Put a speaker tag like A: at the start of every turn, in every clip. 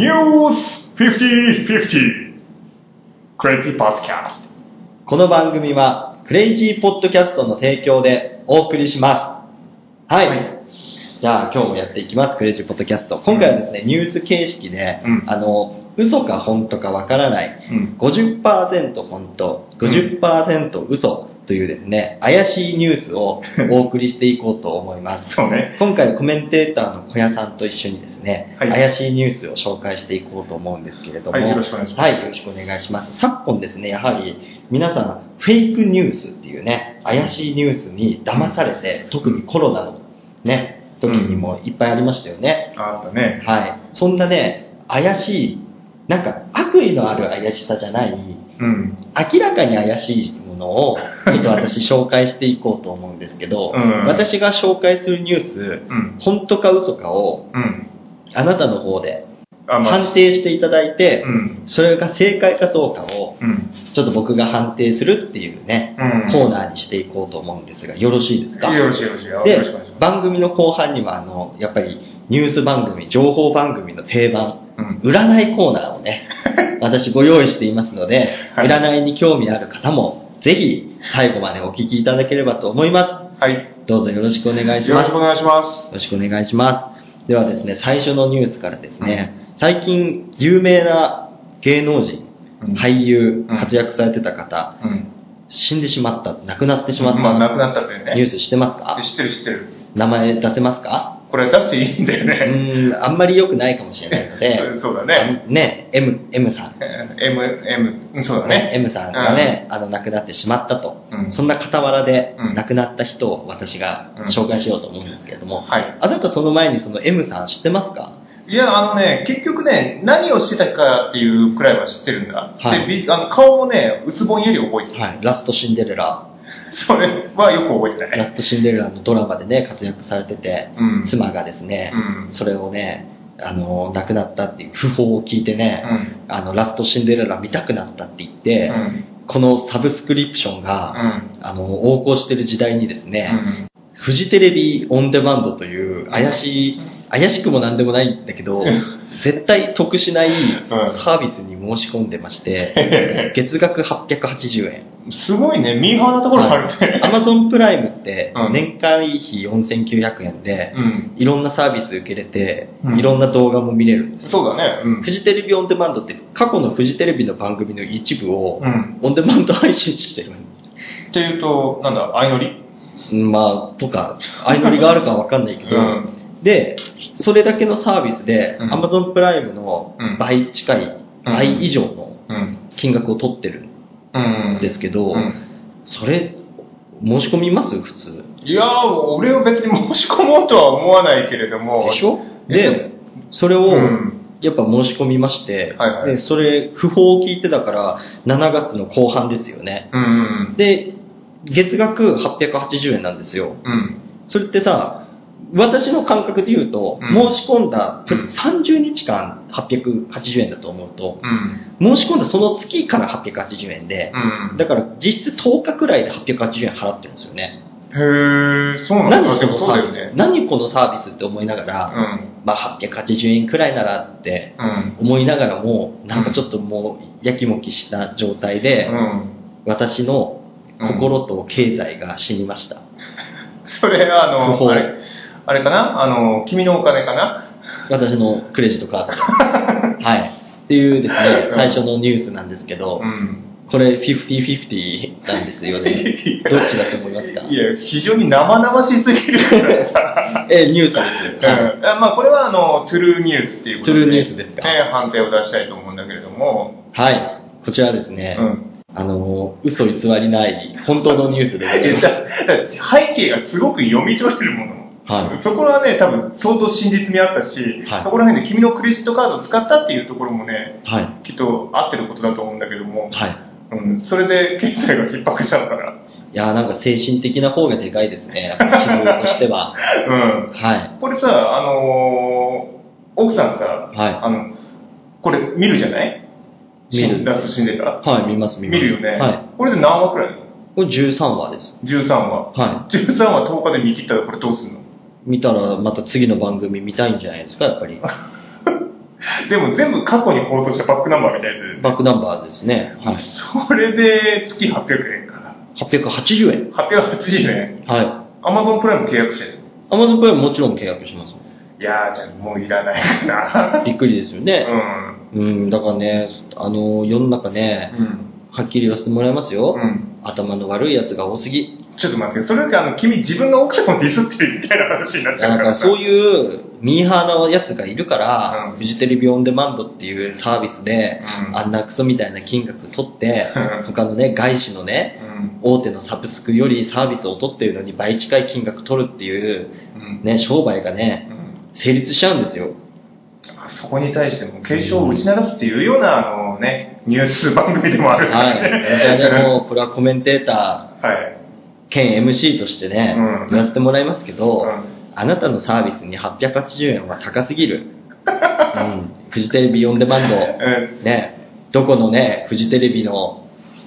A: News 50/50 Crazy Podcast
B: この番組は、クレイジーポッドキャストの提供でお送りします。はい。じゃあ、今日もやっていきます、クレイジーポッドキャスト。今回はですね、ニュース形式で、
A: うん
B: あの、嘘か本当かわからない、
A: うん
B: 50%本当、50%嘘というですね、怪しいニュー スをお送りしていこうと思います。
A: そうね
B: 今回コメンテーターの小屋さんと一緒にですね、
A: はい
B: 怪しいニュースを紹介していこうと思うんですけれども、
A: はいよろしくお願いします
B: はい、よろしくお願いします。昨今ですね、やはり皆さん、フェイクニュースっていうね、怪しいニュースに騙されて、特にコロナのね、時にもいっぱいありましたよね。
A: あったね
B: はい。そんなね、怪しい、なんか悪意のある怪しさじゃない、
A: うん
B: 明らかに怪しいものを、ちょっと私紹介していこうと思うんですけど、
A: うん
B: 私が紹介するニュース、
A: うん
B: 本当か嘘かを
A: うん
B: あなたの方で
A: あまあ
B: 判定していただいて
A: う、ん
B: それが正解かどうかを
A: うん
B: ちょっと僕が判定するっていうね、
A: うん
B: コーナーにしていこうと思うんですが、よろしいですか
A: よろしいよろしいよ
B: で
A: ろしくお願いし、ま
B: 番組の後半にはあの、やっぱりニュース番組、情報番組の定番、
A: すうん
B: 占いコーナーを ね、私ご用意していますので、
A: はい
B: 占いに興味ある方も、ぜひ最後までお聞きいただければと思いま
A: はい
B: す。どうぞよろしくお願いし
A: よろ
B: ま
A: しく
B: す
A: お。願いします
B: よろしくお願いします。ではですね、最初のニュースからですね、最近有名な芸能人、
A: うん
B: 俳優
A: うん、
B: 活躍されてた方、
A: うん
B: 死んでしまった、亡くなってしまった、
A: まあなくなったという
B: ニュ
A: ね
B: ースしてますか
A: 知ってる知ってる
B: 名前出せますか
A: これ出していいんだよ
B: う
A: ね
B: ーん、あんまり良くないかもしれないので、
A: そうだ ね
B: あのね、M、M さん、
A: M M うんそうだ
B: ね、
A: ね
B: M さんがね、あの、亡くなってしまったと。
A: うん
B: そんな傍らで
A: うん
B: 亡くなった人を私が紹介しようと思うんですけれども、
A: はい
B: あなたその前にその M さん知ってますか
A: いや、あのね、結局ね、何をしてたかっていうくらいは知ってるんだ。
B: はい
A: で、びあの顔もね、薄ぼんより覚えてる。
B: はい、ラストシンデレラ、
A: それはよく覚えてない。
B: ラストシンデレラのドラマでね、活躍されてて、
A: うん。
B: 妻がですね
A: う、ん。
B: それをね、あの、亡くなったっていう訃報を聞いて
A: う
B: ね、
A: ん。
B: あの、ラストシンデレラ見たくなったって言っ
A: う
B: て、
A: ん。
B: このサブスクリプションが、あの、横行してる時代にです
A: う
B: ね、
A: ん。
B: フジテレビオンデマンドという怪しい、怪しくもなんでもないんだけど、絶対得しないサービスに申し込んでまして、 月額880円。
A: すごいね、ミーハーなところがあるね。
B: アマゾンプライムって
A: うん
B: 年会費4900円で、
A: うん。
B: いろんなサービス受けれて
A: う、ん
B: いろんな動画も見れるんです。
A: そうだね。うん
B: フ。ジテレビオンデマンドって過去のフジテレビの番組の一部を
A: うん。
B: オンデマンド配信してる。
A: っていうと、なんだ、相乗り
B: まあ、とか、相乗りがあるかわかんないけど、。で、それだけのサービスで、
A: うん
B: Amazon プライムの
A: うん
B: 倍近い、倍以上の
A: うん。
B: 金額を取ってる
A: うん
B: ん。ですけど、
A: うん
B: それ、申し込みます普通。
A: いやー、俺は別に申し込もうとは思わないけれども。
B: でしょ
A: え
B: で、それを、
A: うん。
B: やっぱ申し込みまして、
A: はいはい
B: でそれ、不法を聞いてたから、7月の後半ですよね。
A: うん。
B: で、月額880円なんですよ。
A: うん。
B: それってさ、私の感覚で言うと、
A: うん
B: 申し込んだ
A: うん
B: 30日間880円だと思うと、
A: うん。
B: 申し込んだその月から880円で、
A: うん。
B: だから実質10日くらいで880円払ってるんですよね。
A: へえ、そうなん
B: 何
A: だ。
B: こ
A: でも
B: の
A: そ
B: サ
A: うだ
B: ー
A: よ
B: ビス
A: ね。
B: 何このサービスって思いながら、
A: うん。
B: まあ880円くらいならって
A: うん。
B: 思いながらも、なんかちょっともう、やきもきした状態で、
A: うん。
B: 私の
A: うん
B: 心と経済が死にました。
A: それ、あ
B: 不法
A: の、あれ、あれかなあの、君のお金かな
B: 私のクレジットカード で。はい。っていうですね
A: う、ん
B: 最初のニュースなんですけど
A: う、ん。
B: これ50-50なんです よね。どっちだと思いますか
A: いや、非常に生々しすぎ るからさ。
B: え、ニュースです
A: う
B: よ。はい
A: ん。まあ、これは、あの、トゥルーニュースっていうこ
B: ト
A: と
B: ゥ
A: で。
B: ルーニュー
A: ス。
B: スですか
A: ね、判定を出したいと思うんだけれども。
B: はい。こちらです
A: う
B: ね、
A: ん。
B: あの、嘘偽りない本当のニュースでござい
A: い
B: ま
A: や
B: す。
A: だ背景がすごく読み取れるもの。
B: は
A: そこらはね、多分相当真実味あったし、
B: はい
A: そこら辺で君のクレジットカードを使ったっていうところもね、
B: い。はい。
A: きっと合ってることだと思うんだけども、
B: はい。
A: うん、それで経済が逼迫したのかな。
B: いやーなんか精神的な方がでかいですね、傷とし ては。
A: うん。
B: はい。
A: これさ、あのー奥さんさ、
B: は
A: あの、これ見るじゃない
B: 見る
A: ラスト死んでた
B: い。はい、見ます、見
A: 見
B: ます。
A: るよね。
B: はい。
A: これで何話くらいなの
B: これ13話です。
A: ?13 話。
B: は
A: 13話10日で見切ったらこれどうすんの
B: い。見たらまた次の番組見たいんじゃないですか、やっぱり。
A: でも全部過去に放送したバックナンバーみたいなや
B: バックナンバーですね。はい。
A: つ。それで月800円か
B: 880円。
A: な。880円。
B: はい。
A: アマゾンプライム契約してる。
B: アマゾンプライムもちろん契約します。
A: いやー、じゃあもういらないな。
B: びっくりですよ
A: う
B: ね。
A: ん。
B: うん、だからね、あの、世の中ね、
A: うん。
B: はっきり言わせてもらいますよ。
A: うん。
B: 頭の悪い奴が多すぎ。
A: ちょっと待って、それよりあの、君自分が奥さんをディスってるみたいな話になっちゃ
B: な
A: うんから
B: か
A: さ。
B: そういうミーハーな奴がいるから、
A: うん
B: フジテレビオンデマンドっていうサービスで、
A: うん
B: あんなクソみたいな金額取って、他のね、外資のね、
A: うん。
B: 大手のサブスクよりサービスを取っているのに倍近い金額取るっていう、
A: うん。
B: ね、商売がね、
A: うん
B: 成立しちゃうんですよ。
A: あそこに対しても警鐘を打ち鳴らすっていうような、あのね、ニュース番組でもあるから
B: はい。
A: ね。
B: じゃあね、もうこれはコメンテータ
A: はい。
B: ー兼 MC としてね、
A: うん
B: 言わせてもらいますけど、
A: うん
B: あなたのサービスに880円は高す ぎる。うん。フジテレビオンデマンド、
A: え
B: ね、どこのね、フジテレビの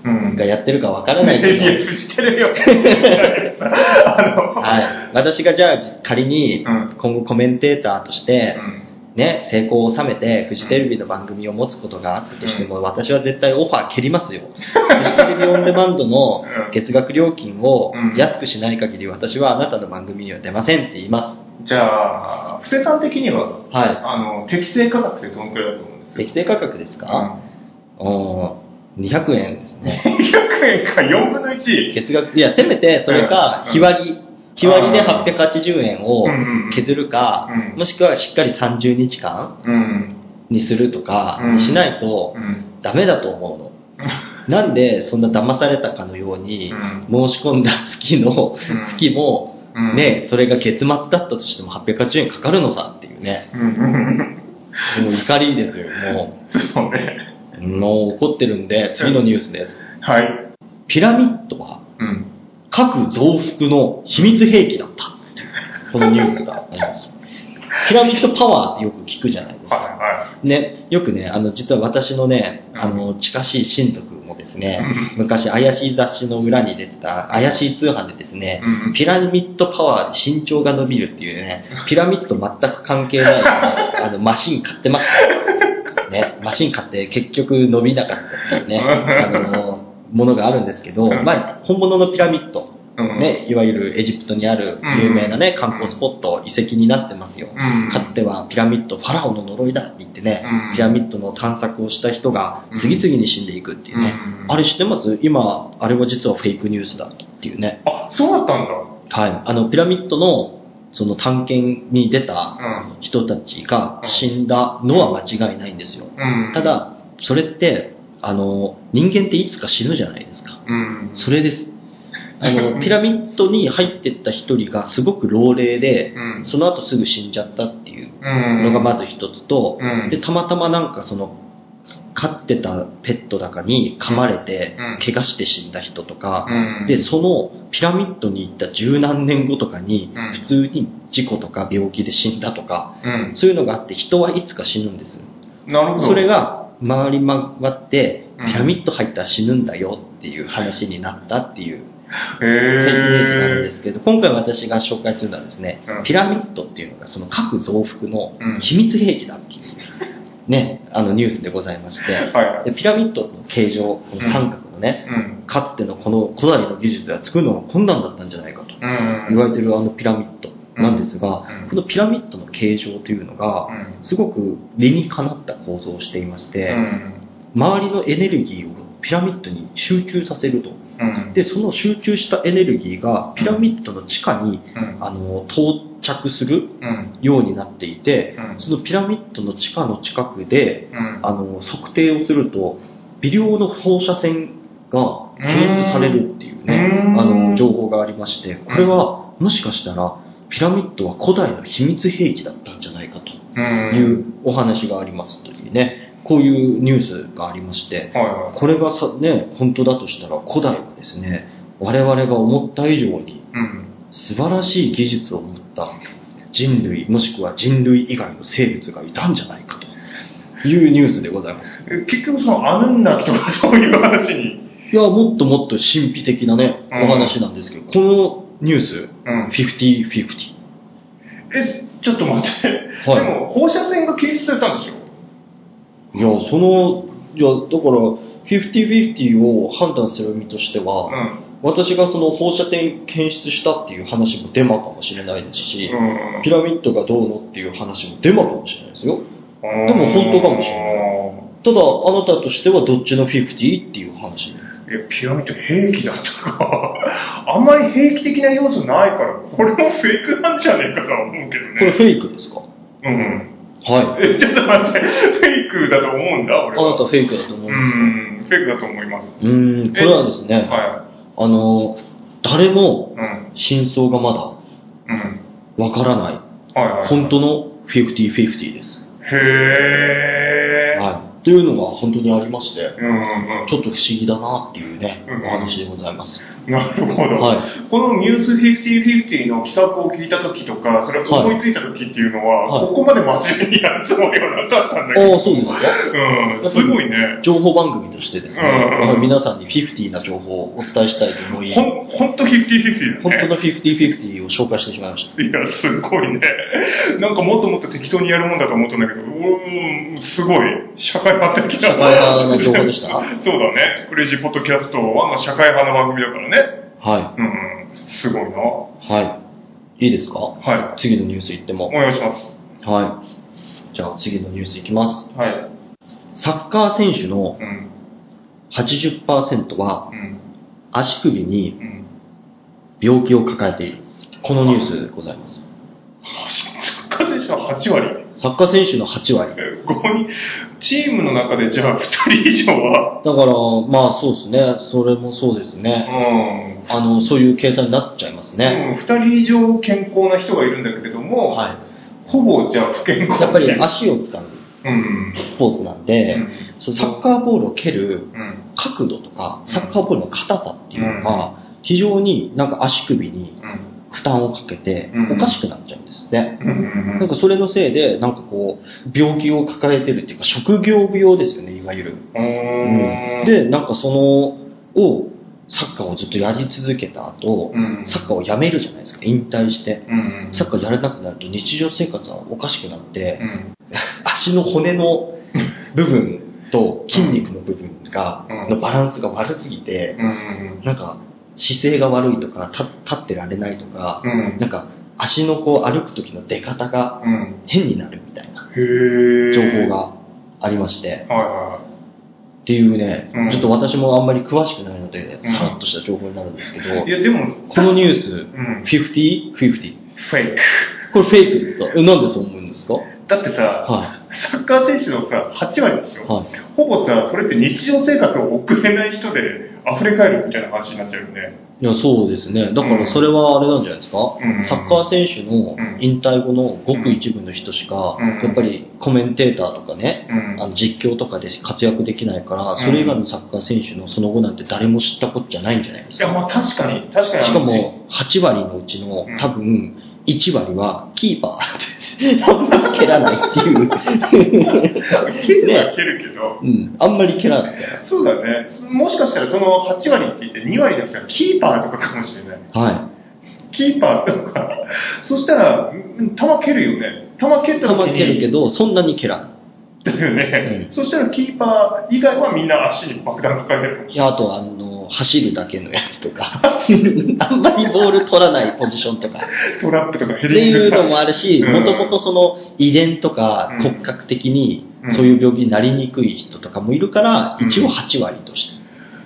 A: うん。
B: がやってるかわからないけ
A: い
B: ど、
A: や、フジテレ ビを見てないです。あの、
B: はい。私がじゃあ仮に
A: うん。
B: 今後コメンテーターとして、
A: うん
B: ね、成功を収めて、フジテレビの番組を持つことがあったとしても、私は絶対オファー蹴ります よ。フジテレビオンデマンドの
A: うん
B: 月額料金を
A: うん
B: 安くしない限り、私はあなたの番組には出ませんって言います。
A: じゃあ、布施さん的には、
B: は
A: あの、適正価格ってどのくらいだと思うんで
B: い。
A: すか
B: 適正価格ですか、 うん、?200 円ですね。
A: ?200 円か4分の 1!
B: 月額、いや、せめてそれか、
A: うん
B: 日割り、日割りで880円を
A: うんうん
B: 削るか、
A: うん
B: もしくはしっかり30日間
A: うん。
B: にするとか
A: うん
B: しないと、
A: うん。
B: ダメだと思う の。なんでそんな騙されたかのように
A: うん
B: 申し込んだ月
A: う
B: の
A: ん
B: 月も
A: うん。
B: ね、それが月末だったとしても880円かかるのさっていうね、
A: うんうん。
B: もう怒りですよ、も
A: そうね。
B: う。もう怒ってるんで、次のニュースです。
A: はい。
B: ピラミッドは
A: うん。
B: 各増幅の秘密兵器だった。このニュースがあります。ピラミッドパワーってよく聞くじゃないですか。
A: は
B: ね、よくね、あの、実は私のね、
A: うん
B: あの、近しい親族もです
A: い
B: ね
A: は、い。
B: 昔怪しい雑誌の裏に出てた怪しい通販でですね、
A: うん。
B: ピラミッドパワーで身長が伸びるっていうね、ピラミッド全く関 係ない、ね、あのマシン買ってました。ね、マシン買って結局伸びなかったっていうね、あの、ものがあるんですけど、まあ、本物のピラミッド、
A: うん。
B: ね、いわゆるエジプトにある有名なね、観光スポット、遺跡になってますよ
A: う。ん。
B: かつてはピラミッド、ファラオの呪いだって言ってね、
A: うん
B: ピラミッドの探索をした人が次々に死んでいくっていうね、
A: うん
B: あれ知ってます今、あれは実はフェイクニュースだっていうね。
A: あ、そうだったんだ。
B: はい。あの、ピラミッドの、その探検に出た人たちが死んだのは間違いないんですよ。
A: うん。うん。
B: た、だ、それって、あの、人間っていつか死ぬじゃないですか。
A: うん。
B: それです。あ
A: うん
B: の、ピラミッドに入ってった一人がすごく老齢で、
A: うん。
B: その後すぐ死んじゃったっていう
A: うん。
B: のがまず一つと
A: う、ん。
B: で、たまたまなんかその、飼ってたペットだかに噛まれて
A: うん、
B: 怪我して死んだ人とか、
A: うん、
B: で、そのピラミッドに行った十何年後とかに
A: うん、
B: 普通に事故とか病気で死んだとか、
A: うん。
B: そういうのがあって人はいつか死ぬんです。
A: なるほど。
B: それが回り回って、
A: うん
B: ピラミッド入ったら死ぬんだよっていう話になったってい
A: へ
B: う、フェイクニュースなんで
A: え。
B: すけど、今回私が紹介するのはですね
A: うん、
B: ピラミッドっていうのがその各増幅の
A: うん
B: 秘密兵器だっていう、ね、あのニュースでございまして、
A: はいはい。
B: でピラミッドの形状、この三角のね、
A: うん。
B: かつてのこの古代の技術では作るのは困難だったんじゃないかと
A: うん。
B: 言われてるあのピラミッドなんですが、
A: うん
B: このピラミッドの形状というのが、
A: う
B: すごく理にかなった構造をしていまして、
A: ん。
B: 周りのエネルギーをピラミッドに集中させると。
A: うん。
B: で、その集中したエネルギーがピラミッドの地下に
A: うん。
B: あの到着する
A: うん。
B: ようになっていて、
A: うん。
B: そのピラミッドの地下の近くで
A: うん。
B: あの測定をすると、微量の放射線が検出されるっていうね。あの情報がありまして、これはもしかしたらピラミッドは古代の秘密兵器だったんじゃないかと
A: うん。
B: いうお話がありますというね、こういうニュースがありまして、
A: はいは
B: これがさ、ね、本当だとしたら古代はですね、我々が思った以上に
A: い。うん。
B: 素晴らしい技術を持った人類、もしくは人類以外の生物がいたんじゃないかというニュースでございます。
A: 結局その、アヌンナキとかそういう話に。
B: いや、もっともっと神秘的なね、お話なんですけど、このニュース、
A: うん。
B: 50-50。
A: え、ちょっと待って。で
B: はい。
A: も、放射線が検出されたんでしょ
B: いや、その、いや、だから、50-50を判断する身としては、
A: うん。
B: 私がその放射点検出したっていう話もデマかもしれないですし、
A: うん
B: ピラミッドがどうのっていう話もデマかもしれないですよ。でも本当かもしれただ、あなたとしてはどっちの50っていう話。
A: ない。いや、ピラミッド兵器だとか、 あんまり兵器的な要素ないから、これもフェイクなんじゃねえかとは思うけどね。
B: これフェイクですか
A: うん。
B: はい。
A: え、ちょっと待って、フェイクだと思うんだ、
B: あ
A: 俺は。
B: なたフェイクだと思
A: う
B: います。
A: ん、フェイクだと思います。
B: うーん、これはですね、
A: は
B: あの、誰も
A: い。うん。
B: 真相がま
A: うん。
B: だわからない、
A: はいはい。
B: 本当の50-50です。
A: へー。
B: はい。というのが本当にありまして、
A: うんうん
B: ちょっと不思議だなっていうね
A: うん、
B: お話でございます。
A: うん。なるほど。
B: はい。
A: このニュース50-50の企画を聞いたときとか、それを思いついたときっていうのは、
B: はい
A: ここまで真面目にやるつもりはなかったんだけど。
B: ああ、そうですか
A: うん、すごいね。
B: 情報番組としてですね、
A: うんうん
B: やはり皆さんに50な情報をお伝えしたいと思い、
A: ほ
B: 本
A: ん、ほんと50-50だ
B: 当
A: ね。
B: の50-50を紹介してしまいました。
A: いや、すごいね。なんかもっともっと適当にやるもんだと思ったんだけど、うん、すごい。社会派的な。
B: 社会派の情報でしたは
A: そうだね。クレイジーポッドキャストは、まあ、社会派の番組だからね。
B: い。
A: うん、すごいな。は
B: はい。いいですか
A: い。
B: 次のニュース行って
A: お
B: も。
A: 願いします。
B: はい。じゃあ次のニュース行きます。
A: はい。
B: サッカー選手の
A: うん、
B: 80%は
A: うん、
B: 足首に
A: うん。
B: 病気を抱えている。このニュースでございます。
A: サッカー選手の8割。
B: サッカー選手の8割。
A: えここにチームの中でじゃあ2人以上は、
B: だから、まあそうですね。それもそうです
A: う
B: ね。
A: ん、
B: あの、そういう計算になっちゃいますね。
A: 2人以上健康な人がいるんだけれども、
B: はい。
A: ほぼじゃあ不健康
B: やっぱり足を使う
A: うん。
B: スポーツなんで、そのサッカーボールを蹴る
A: うん。
B: 角度とか、
A: うん
B: サッカーボールの硬さっていうのが、非常になんか足首に
A: うん。
B: 負担をかけて
A: う、ん
B: おかしくなっちゃうんですね。
A: うん。うん。うん。う
B: なん
A: ん
B: かそれのせいで、なんかこう、病気を抱えてるっていうか、職業病ですよね、いわゆる。
A: うん。
B: で、なんかその、を、サッカーをずっとやり続けた後、
A: うん。
B: サッカーをやめるじゃないですか、引退して。
A: うん。
B: サッカーやれなくなると日常生活はおかしくなって、
A: うん。
B: 足の骨の 部分と筋肉の部分が、
A: うん
B: のバランスが悪すぎて、
A: うん。
B: なんか姿勢が悪いとか、立立ってられないとか、
A: うん。
B: なんか足のこう歩く時の出方が
A: うん。
B: 変になるみたいな
A: へー
B: 情報。がありまして、
A: は
B: っていうね、
A: うん
B: ちょっと私もあんまり詳しくないので、
A: ん
B: さらっとした情報になるんですけど
A: いは、い。いや、でも、
B: このニュース、
A: うん。
B: 50?50?
A: フェイク。
B: これフェイクですかえなんでそう思うんですか
A: だってさ、
B: は
A: サッカー選手のさ、8割でしょ
B: い。はい。
A: ほぼさ、それって日常生活を送れない人で溢れ返るみたいな話になっちゃうよね。
B: いや、そうですね。だか
A: うん
B: らそれはあれなんじゃないですか、
A: うん
B: サッカー選手の
A: うん
B: 引退後のごく一部の人しか、
A: うん
B: やっぱりコメンテーターとかね、
A: うん
B: あの実況とかで活躍できないから、それ以外のサッカー選手のその後なんて誰も知ったこっちゃないんじゃないで
A: い
B: す
A: や、まあ
B: か。
A: 確かに、確かに。
B: しか、も、8割のうちの
A: うん
B: 多分、1割はキーパーあんまり蹴らないって いう。
A: 蹴るは蹴るけど、
B: うん、あんまり蹴らない。
A: そうだね。もしかしたらその8割って言って2割の人はキーパーとかかもしれない。
B: は
A: キーパーとか。 そしたら、うん球蹴るよね。球蹴っ
B: い。
A: た
B: た
A: 時
B: ま
A: に。
B: 蹴るけど、そんなに蹴らない。
A: だよ ね。そしたらキーパー以外はみんな足に爆弾抱えてるかもし
B: いや、あと、あの、走るだけのやつとか、 あんまりボール取らないポジションとか、
A: れ
B: っ
A: ない。トラップとかヘ
B: て
A: ディング
B: いう
A: とか。
B: のもあるし、
A: うん
B: もともとその遺伝とか
A: うん
B: 骨格的に
A: うん
B: そういう病気になりにくい人とかもいるから、
A: うん
B: 一応8割とし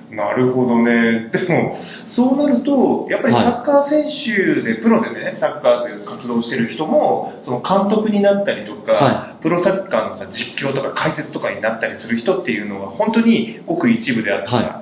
B: て。
A: なるほどね。でも、そうなると、やっぱりサ
B: はい
A: ッカー選手で、プロでね、サッカーで活動してる人も、その監督になったりとか、
B: は
A: プロサッカーのさ実況とか解説とかになったりする人っていうのは、本当にごく一部であったら、
B: は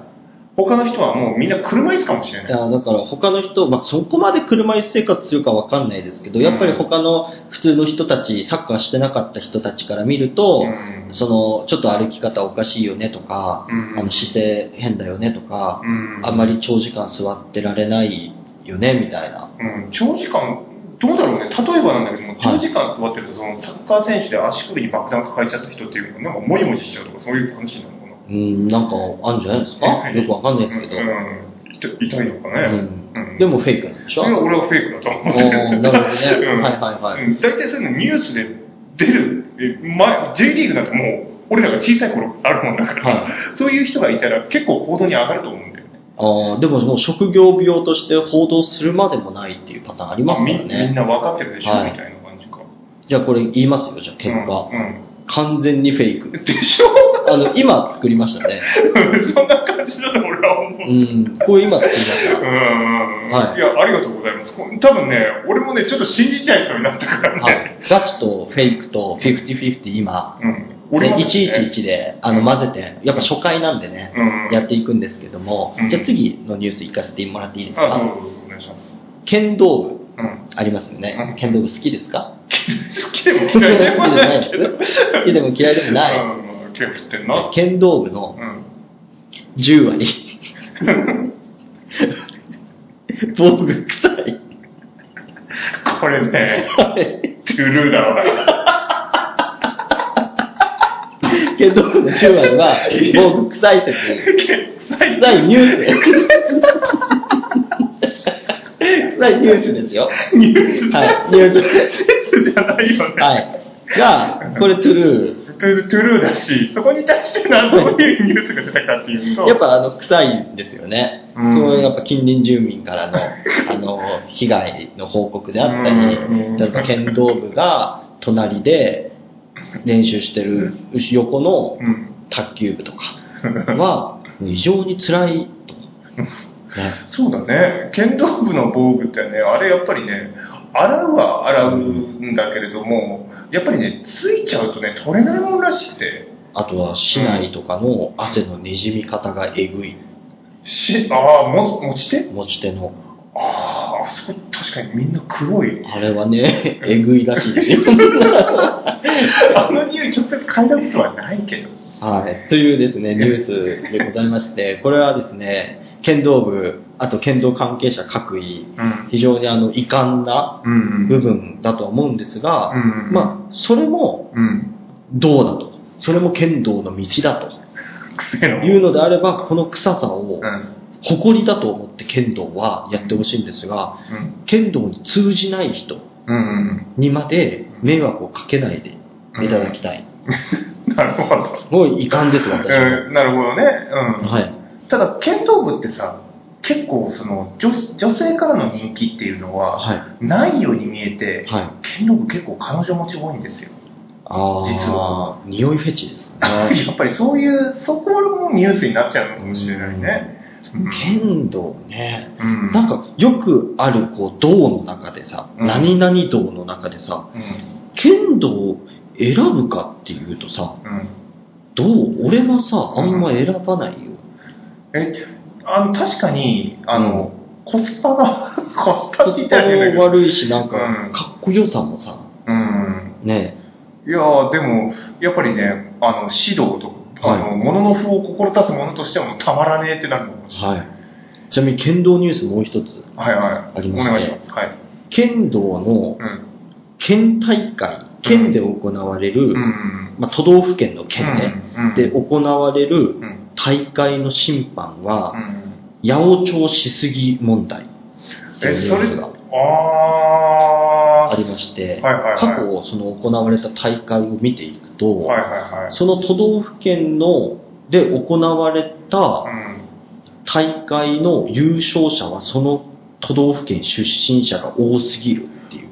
A: 他の人はもうみんな車椅子かもしれ
B: い
A: ない。
B: やだから他の人、まあ、そこまで車椅子生活するかわかんないですけど、やっぱり他の普通の人たち、サッカーしてなかった人たちから見ると、
A: うん
B: その、ちょっと歩き方おかしいよねとか、
A: うん
B: あの姿勢変だよねとか、
A: うん
B: あんまり長時間座ってられないよね、みたいな。
A: うん長時間、どうだろうね、例えばなんだけども、長時間座ってると、そのサッカー選手で足首に爆弾抱えちゃった人っていうのは、なんかもりもりしちゃうとか、そういう話なのかな。
B: うん、なんかあるんじゃないですか
A: はい
B: よくわかんないですけど。
A: うんうん、痛いのか
B: う
A: ね。
B: ん。
A: うん
B: でもフェイクなんでしょ
A: いや俺はフェイクだと
B: お
A: 思う。
B: ーなるほどね。
A: うん
B: はいはいはい。
A: うん大体そういうのニュースで出る、え前、J リーグなんてもう、俺らが小さい頃あるもんだから、
B: は
A: そういう人がいたら結構行動に上がると思うんだよね。
B: ああ、でももう職業病として報道するまでもないっていうパターンありますから
A: みみん
B: ね。
A: な分かってるでしょ、
B: はい
A: みたいな感じか。
B: じゃあこれ言いますよ、じゃあ結果。
A: うん。
B: 完全にフェイ
A: う
B: ク。
A: ん、でしょ
B: あの、今作りましたね。
A: そんな感じだと俺は思う。
B: うん、これ今作りまし
A: うんうんうん
B: はい
A: いや、ありがとうございます。こ多分ね、俺もね、ちょっと信じちゃいそうになったからね。
B: た。はい。ガチとフェイクと50-50今、
A: うん。俺
B: ね、
A: もね
B: 111であの混ぜて、やっぱ初回なんでね、
A: うん。
B: やっていくんですけども
A: う、ん
B: じゃあ次のニュース行かせてもらっていいです
A: あ、ど
B: か
A: うぞお願いします。
B: 剣道部
A: うん。
B: ありますよ
A: うん。
B: ね剣道部好きですか
A: 好きでも嫌いでもないけど。
B: 好きでも嫌いでもない。
A: うん。手振ってんな。
B: 剣道部の
A: うん。
B: 10割。防具臭い。
A: これね、トゥルーだわ。
B: 剣道部の10割は防具臭い説。臭いニュース。臭いニュースですよ。
A: ニュース
B: はい、ニュース。
A: じゃないよね。
B: はい。が、これトゥル
A: トゥトゥルーだし、そこに対してなどういうニュースが出たかっていうと、
B: ー。やっぱあの、臭いんですよね。
A: うん
B: そのやっぱ近隣住民からの、あの、被害の報告であったり、
A: うん
B: 例えば剣道部が隣で練習してる横の
A: うん、
B: 卓球部とかは非常に辛いと、ね、
A: そうだね、剣道部の防具ってね、あれやっぱりね、洗うは洗うんだけれども、やっぱりね、ついちゃうとね、取れないものらしくて、
B: あとは市内とかの汗のにじみ方がえぐい
A: しああ、も持ち手
B: 持ち手の
A: ああ、あそこ確かにみんな黒い。
B: あれはね えぐいらしいですよ
A: あの匂い直接嗅いだことはないけど。
B: はいというですねニュースでございましてこれはですね剣道部あと剣道関係者各位
A: うん。
B: 非常にあの遺憾な
A: うん
B: 部分だとは思うんですが、
A: うん。あ、
B: まあそれも
A: うん。
B: どうだと。それも剣道の道だと
A: 癖の。
B: いうのであれば、この臭さを
A: うん。
B: 誇りだと思って剣道はやってほしいんですが、
A: うん。
B: 剣道に通じない人
A: うん。
B: にまで迷惑をかけないでいただきたい。
A: なるほど。
B: もう遺憾です、私は。
A: うん、なるほどね。うん。
B: はい。
A: ただ、剣道部ってさ、結構その女、女性からの人気っていうのは、
B: は
A: ないように見え
B: い。
A: て、
B: はい。
A: 剣道部結構彼女持ち多いんですよ。実
B: ああ、匂いフェチですかね。
A: やっぱりそういう、そこもニュースになっちゃうのかもしれないね。うん
B: 剣道ね。
A: うん
B: なんか、よくある、こう、道の中でさ、
A: うん
B: 何々道の中でさ、
A: うん。
B: 剣道を選ぶかっていうとさ、
A: うん。
B: どう俺はさ、あんま選ばないよ。
A: え、あの、確かに、あの、コスパが、 コスパ
B: コ
A: って言
B: ス
A: った
B: パ
A: ら変だけ
B: も
A: ど
B: 悪いし、なんか、
A: うん
B: かっこよさもさ、
A: うん。
B: ね
A: いやーでも、やっぱりね、あの、指導とか、あの、もののふを志すものとしてもたまらねえってなるのかもしれない。
B: はい。ちなみに剣道ニュースもう一つ
A: はいはい。
B: あり
A: お
B: ま
A: 願い
B: し、
A: してます。はい。
B: 剣道の
A: うん。
B: 県大会、県で行われる、
A: うん。
B: まあ、都道府県の県ね、
A: うん。
B: で行われる
A: うん。
B: 大会の審判
A: う
B: は、
A: ん。
B: 八百長しすぎ問題という
A: えそれ
B: の
A: あ
B: が
A: ー。
B: ありまして、
A: はいはいはい。
B: 過去その行われた大会を見ていくと、
A: はいはいはい。
B: その都道府県ので行われた
A: うん。
B: 大会の優勝者はその都道府県出身者が多すぎるっていう。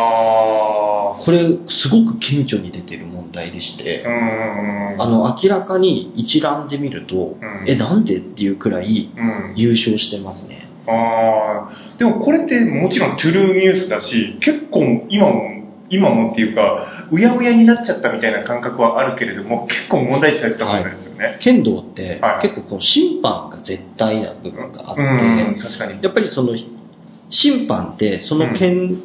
A: あー。
B: これ、すごく顕著に出てる問題でして、
A: うん。
B: あ、の、明らかに一覧で見ると、
A: うん、
B: え、なんでっていうくらい
A: うん。
B: 優勝してますね。
A: ああ、でもこれってもちろんトゥルーニュースだし、結構今も、今もっていうか、うやうやになっちゃったみたいな感覚はあるけれども、結構問題視されてた問題ですよね。
B: 剣道って
A: はい
B: 結構この審判が絶対な部分があって、
A: うん、確かに。
B: やっぱりその審判ってその県、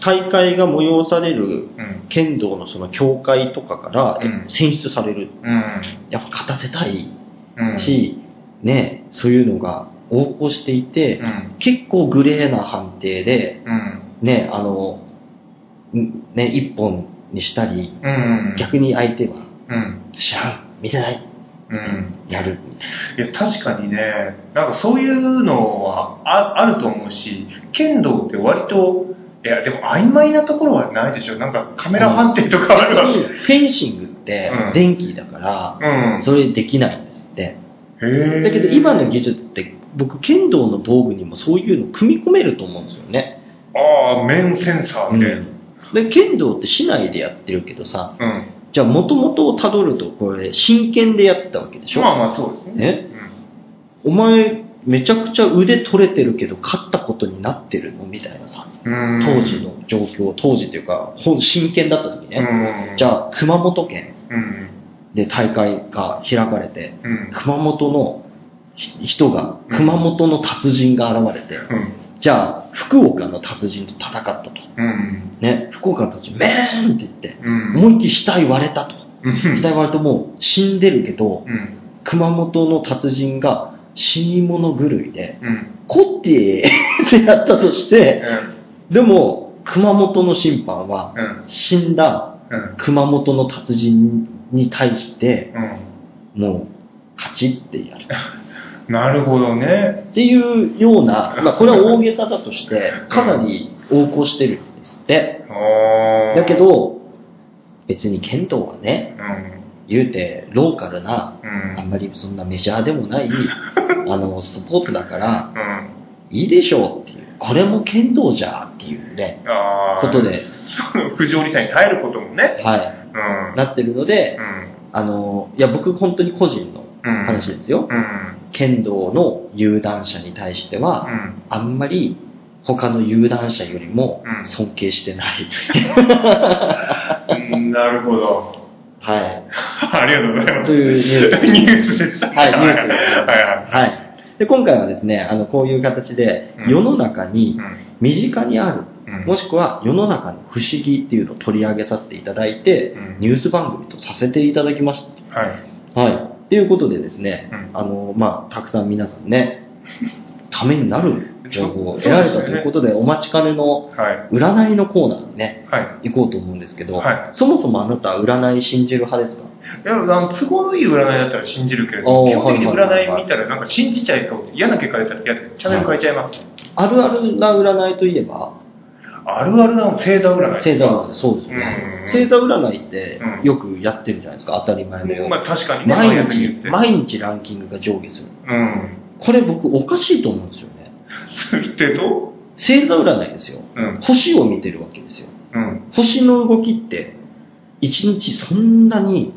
B: 大会が催される
A: うん、
B: 剣道のその協会とかから
A: うん
B: 選出される、
A: うん、
B: やっぱ勝たせたい
A: うん。
B: し、ね、そういうのが横行していて、
A: うん、
B: 結構グレーな判定で、
A: うん、
B: ね、あの、んね、一本にしたり、
A: うん、
B: 逆に相手は、
A: うん、
B: 知らん、見てない、
A: うん。
B: やる、みたい
A: いや、確かにね、なんかそういうのはああると思うし、剣道って割と、いや、でも曖昧なところはないでしょ。なんかカメラ判定とかある
B: な。
A: わけ
B: フェンシングって
A: うん
B: 電気だから、
A: うん。
B: それできないんですって。
A: へえ。
B: だけど今の技術って、僕、剣道の防具にもそういうの組み込めると思うんですよね。
A: ああ、面センサーで。うん。
B: で剣道って市内でやってるけどさ、じゃあ元々をたどるとこれ真剣でやってたわけでしょ、
A: まあまあそうですね。
B: ね、
A: うん
B: お前めちゃくちゃ腕取れてるけど勝ったことになってるのみたいなさ、
A: うん
B: 当時の状況、当時というか、ほん真剣だった時ね、
A: うん。
B: じゃあ熊本県
A: うん。
B: で大会が開かれて、
A: うん。
B: 熊本のひ人が、熊本の達人が現れて、
A: うん。
B: じゃあ福岡の達人と戦ったと。
A: うん。
B: ね、福岡の達人、メーンって言って、
A: うん。
B: 思いっきり額割れたと。
A: うん。
B: 額割るともう死んでるけど、
A: うん。
B: 熊本の達人が死に物狂いで、
A: うん。
B: こってーってやったとして、
A: うん。
B: でも、熊本の審判は、
A: うん。
B: 死んだ
A: うん。
B: 熊本の達人に対して、
A: うん。
B: もう、勝ちってやる。
A: なるほどね。
B: っていうような、まあ、これは大げさだとして、かなり横行してるんですって。
A: ああ。
B: だけ、ど、別に剣道はね、
A: うん。
B: 言うて、ローカルな、
A: う
B: あん
A: ん。
B: まりそんなメジャーでもない、あの、スポーツだから、
A: うん。
B: いいでしょうっていう。これも剣道じゃっていうね、
A: ああ。
B: こ と。で、
A: その不条理さに耐えることもね。
B: はい、
A: うん。
B: なってるので、
A: うん。
B: あの、いや、僕本当に個人の
A: うん。
B: 話ですよ。
A: うん。
B: 剣道の有段者に対して
A: う
B: は、
A: ん。
B: あんまり他の有段者よりも
A: うん
B: 尊敬してない。
A: うん。なるほど。
B: はい。
A: ありがとうございます。
B: というニュース。
A: ニュースでした。
B: はい、ニュースです。
A: はいはい。
B: はい。で、今回はですね、あの、こういう形で、
A: うん
B: 世の中に
A: う、
B: 身近にある
A: ん。うん
B: もしくは世の中の不思議っていうのを取り上げさせていただいて、
A: うん
B: ニュース番組とさせていただきまし
A: はい。
B: た。はい。っていうことでですね、
A: うん
B: あの、まあ、たくさん皆さ んね、ためになる情報を
A: そう
B: 得られた
A: そうですね
B: ということで、お待ちかねの
A: はい。
B: 占いのコーナーにね、
A: はい。
B: 行こうと思うんですけど、
A: はい。
B: そもそもあなた占い信じる派ですか
A: いや、あの、都合のいい占いだったら信じるけれど
B: お
A: も、
B: ー
A: 基本的に
B: はいはい
A: 占
B: はい
A: い見たらなんか信じちゃいそうで、嫌な結果出たら嫌で、チャンネル変えちゃいます。
B: あるあるな占いといえば、
A: あるあるなの星座占い。
B: 星座占い、そうですよね。
A: うん
B: 星座占いって
A: うん
B: よくやってるじゃないですか、当たり前のように。
A: まあ確かにね、
B: 毎
A: 朝ニュ
B: 日
A: ース、で
B: 毎日ランキングが上下する。
A: うん。
B: これ僕おかしいと思うんですよね。
A: それってどう
B: 星座占いですよ。
A: うん。
B: 星を見てるわけですよ。
A: うん。
B: 星の動きって、一日そんなに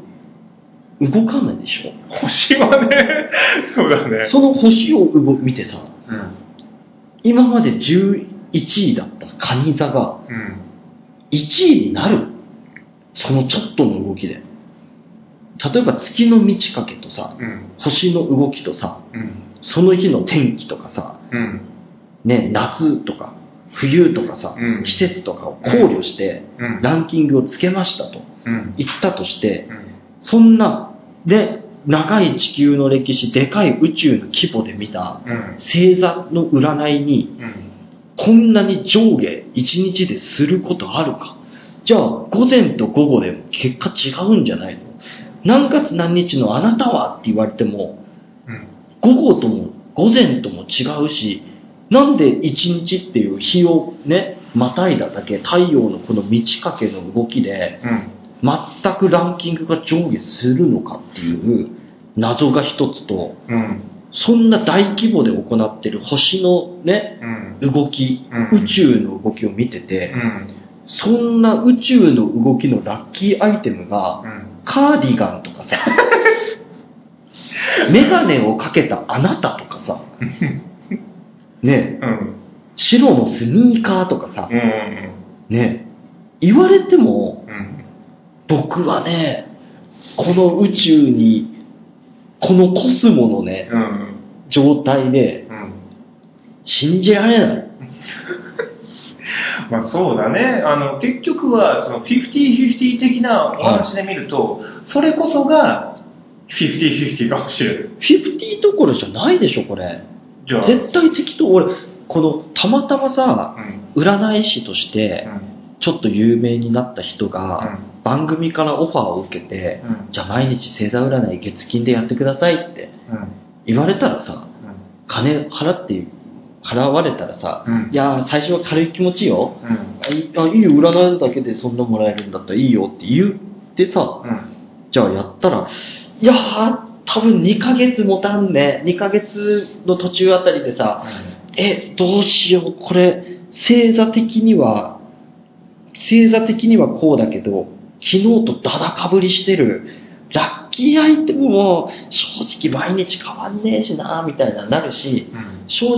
B: 動かないでしょ。
A: 星はね、そうだね。
B: その星を動見てさ、
A: うん。
B: 今まで11位だった蟹座が
A: うん。
B: 1位になる。そのちょっとの動きで。例えば月の満ち欠けとさ、
A: うん。
B: 星の動きとさ、
A: うん。
B: その日の天気とかさ、
A: うん。
B: ね、夏とか冬とかさ、
A: うん
B: 季節とかを考慮して
A: うん。
B: ランキングをつけましたと
A: うん。
B: 言ったとして、
A: うん
B: そんな、で、長い地球の歴史、でかい宇宙の規模で見た
A: うん。
B: 星座の占いに、
A: うん。
B: こんなに上下1日ですることあるかじゃあ、午前と午後でも結果違うんじゃないの何月何日のあなたはって言われても、
A: うん。
B: 午後とも午前とも違うし、なんで一日っていう日をね、またいだだけ太陽のこの満ち欠けの動きで、
A: うん。
B: 全くランキングが上下するのかっていう謎が一つと、
A: うん。
B: そんな大規模で行ってる星のね、
A: うん。
B: 動き、
A: うん。
B: 宇宙の動きを見てて
A: う、ん。
B: そんな宇宙の動きのラッキーアイテムが、
A: うん。
B: カーディガンとか さ、メガネをかけたあなたとかさ、ねえ、
A: うん。
B: 白のスニーカーとかさ
A: う、ん。
B: ねえ、言われても、
A: うん。
B: 僕はね、この宇宙に、このコスモのね、
A: うん。
B: 状態で
A: うん。
B: 信じられない。
A: まあそうだね。あの、結局は、その、50-50的なお話で見ると、それこそが、50-50かもしれない。
B: 50どころじゃないでしょ、これ。
A: じゃあ、
B: 絶対適当、俺、この、たまたまさ、
A: うん。
B: 占い師とし
A: う
B: て、
A: ん。
B: ちょっと有名になった人が、
A: う
B: 番組からオファーを受けて、
A: ん。
B: じゃあ毎日星座占い月金でやってくださいって
A: うん。
B: 言われたらさ、
A: う
B: 金払って、払われたらさ、
A: ん。
B: いやー、最初は軽い気持ちよ。
A: うん。
B: あいいあいいよ、占いだけでそんなもらえるんだったらいいよって言ってさ、
A: うん。
B: じゃあやったら、いやー、多分2ヶ月持たんね。2ヶ月の途中あたりでさ、え、どうしよう、これ、星座的には、星座的にはこうだけど、昨日とダダかぶりしてる。ラッキーアイテムも正直毎日変わんねえしなみたいななるし、
A: うん
B: 正直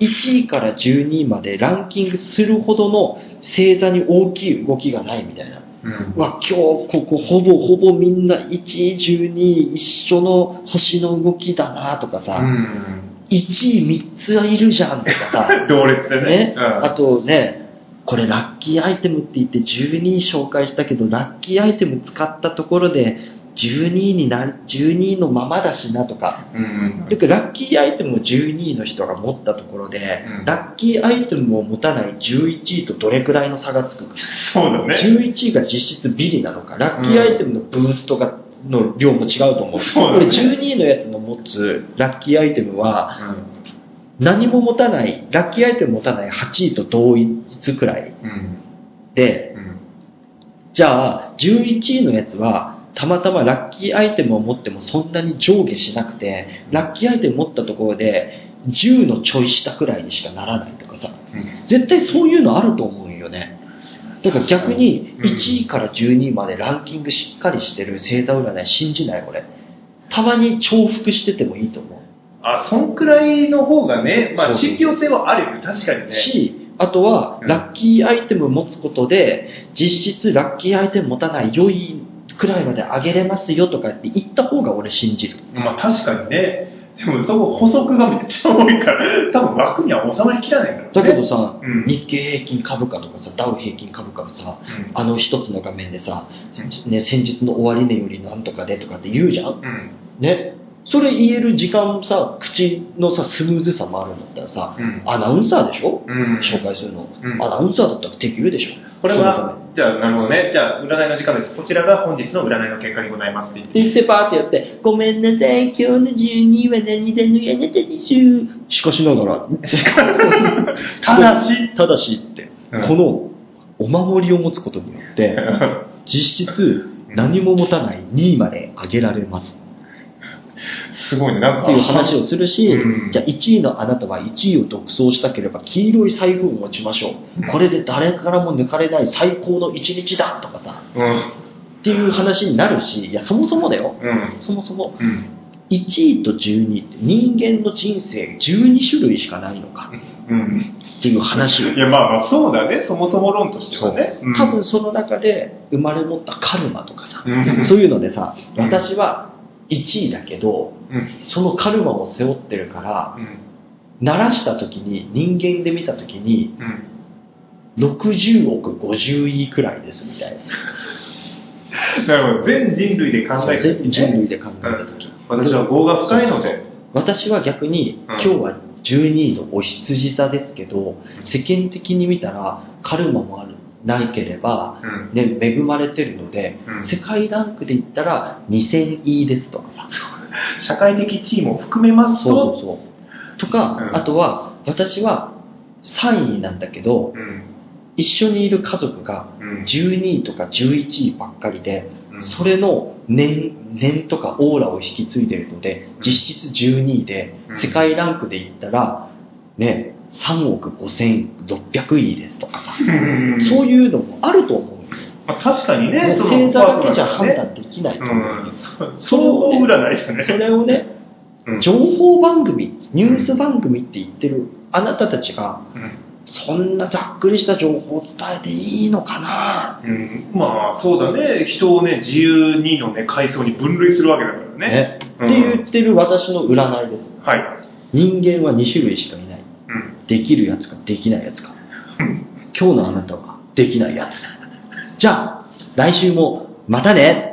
B: 1位から12位までランキングするほどの星座に大きい動きがないみたいな。
A: うん
B: わ今日ここほぼほぼみんな1位12位一緒の星の動きだなとかさ、
A: うん
B: 1位3つはいるじゃんとかさ
A: 同列でね
B: ね、
A: うん
B: あとねこれラッキーアイテムって言って12位紹介したけどラッキーアイテム使ったところで12位にな12位のままだしなとか
A: うん
B: よくラッキーアイテムを12位の人が持ったところで、
A: うん
B: ラッキーアイテムを持たない11位とどれくらいの差がつくか
A: そうだね
B: 11位が実質ビリなのか、ラッキーアイテムのブーストが、の量も違うと思う。
A: そう
B: こ
A: だ
B: れ
A: ね
B: 12位のやつの持つラッキーアイテムは、
A: う
B: 何も持たない、ラッキーアイテム持たない8位と同一くらい
A: んうん
B: で、
A: うん
B: じゃあ、11位のやつは、たまたまラッキーアイテムを持ってもそんなに上下しなくて、ラッキーアイテム持ったところで、10のちょい下くらいにしかならないとかさ、
A: うん
B: 絶対そういうのあると思うんよね。だから逆に
A: うん
B: 1位から12位までランキングしっかりしてる星座占い信じないこれ。たまに重複しててもいいと思
A: あそんくらいの方がねまあ
B: そうそう
A: 信憑性はあるよね確かに
B: う
A: ね
B: し、あとは
A: うん
B: ラッキーアイテム持つことで実質ラッキーアイテム持たない良いくらいまで上げれますよとかって言った方が俺信じる。
A: まあ確かにねでもそこ補足がめっちゃ多いから多分枠には収まりきらないからね
B: だけどさ、
A: うん
B: 日経平均株価とかさ、ダウ平均株価がさ、
A: う
B: あの一つの画面でさ
A: う、
B: ね、先日の終値よりなんとかでとかって言うじゃ
A: ん
B: ん
A: うん
B: ね、それ言える時間さ、口のさ、スムーズさもあるんだったらさ、
A: うん
B: アナウンサーでしょ
A: うん
B: 紹介するの。
A: うん
B: アナウンサーだったらできるでしょ
A: これは、じゃあ、なるほどね。じゃあ、占いの時間です。こちらが本日の占いの結果にございますって言って。
B: って言ってパーってやって、ごめんなさい、今日の12位は何でのやなたでしゅしかしながら、
A: ただし、
B: ただしって、
A: うん
B: このお守りを持つことによって、 実質何も持たない2位まで上げられます
A: すごいね。なん
B: っ
A: か、
B: ていう話をするし、
A: うん
B: じゃあ1位のあなたは1位を独走したければ黄色い財布を持ちましょう。
A: うん
B: これで誰からも抜かれない最高の一日だとかさ、
A: うん。
B: っていう話になるし、いや、そもそもだよ。
A: うん。
B: そもそも、
A: うん。
B: 1位と12位って人間の人生12種類しかないのか
A: うん。
B: っていう話を。
A: いや、まあまあ、そうだね。そもそも論としてはね。うん
B: 多分その中で生まれ持ったカルマとかさ、
A: うん
B: そういうのでさ、
A: うん
B: 私は1位だけど
A: うん、
B: そのカルマを背負ってるから、
A: うん。
B: 鳴らした時に、人間で見た時に、
A: うん。
B: 60億50位くらいですみたいな
A: なるほど。全人類で考えるとき
B: 全
A: ね
B: 人類で考えた時、
A: 私は棒が深いので。
B: 私は逆に、
A: うん
B: 今日は12位のお羊座ですけど世間的に見たらカルマもあるないければ、
A: うん。
B: ね、恵まれてるので、
A: うん
B: 世界ランクで言ったら2000位ですとかさ
A: 社会的地位も含めます
B: そうそう
A: と、
B: そうとか、
A: うん
B: あとは私は3位なんだけど
A: うん。
B: 一緒にいる家族が
A: うん。
B: 12位とか11位ばっかりで
A: うん
B: それの年年とかオーラを引き継いでるので
A: ん
B: 実質12位で
A: うん
B: 世界ランクで言ったら、ね、3億5600位ですとかさ、
A: うん
B: そういうのもあると思うよ、
A: まあ確かにね、
B: ね、
A: その
B: 星座だけじゃ判
A: ね
B: 断できないと
A: う
B: 思うん
A: ん
B: です、
A: 総合占いだね。
B: それをね
A: うん
B: 情報番組ニュース番組って言ってるあなたたちが
A: うん
B: そんなざっくりした情報を伝えていいのかな
A: うんまあ、そうだね。人をね、自由にのね、階層に分類するわけだからね。
B: ね
A: うん
B: って言ってる私の占いです
A: はい。
B: 人間は2種類しかいない
A: うん。
B: できるやつかできないやつか
A: うん
B: 今日のあなたはできないやつじゃあ来週もまたね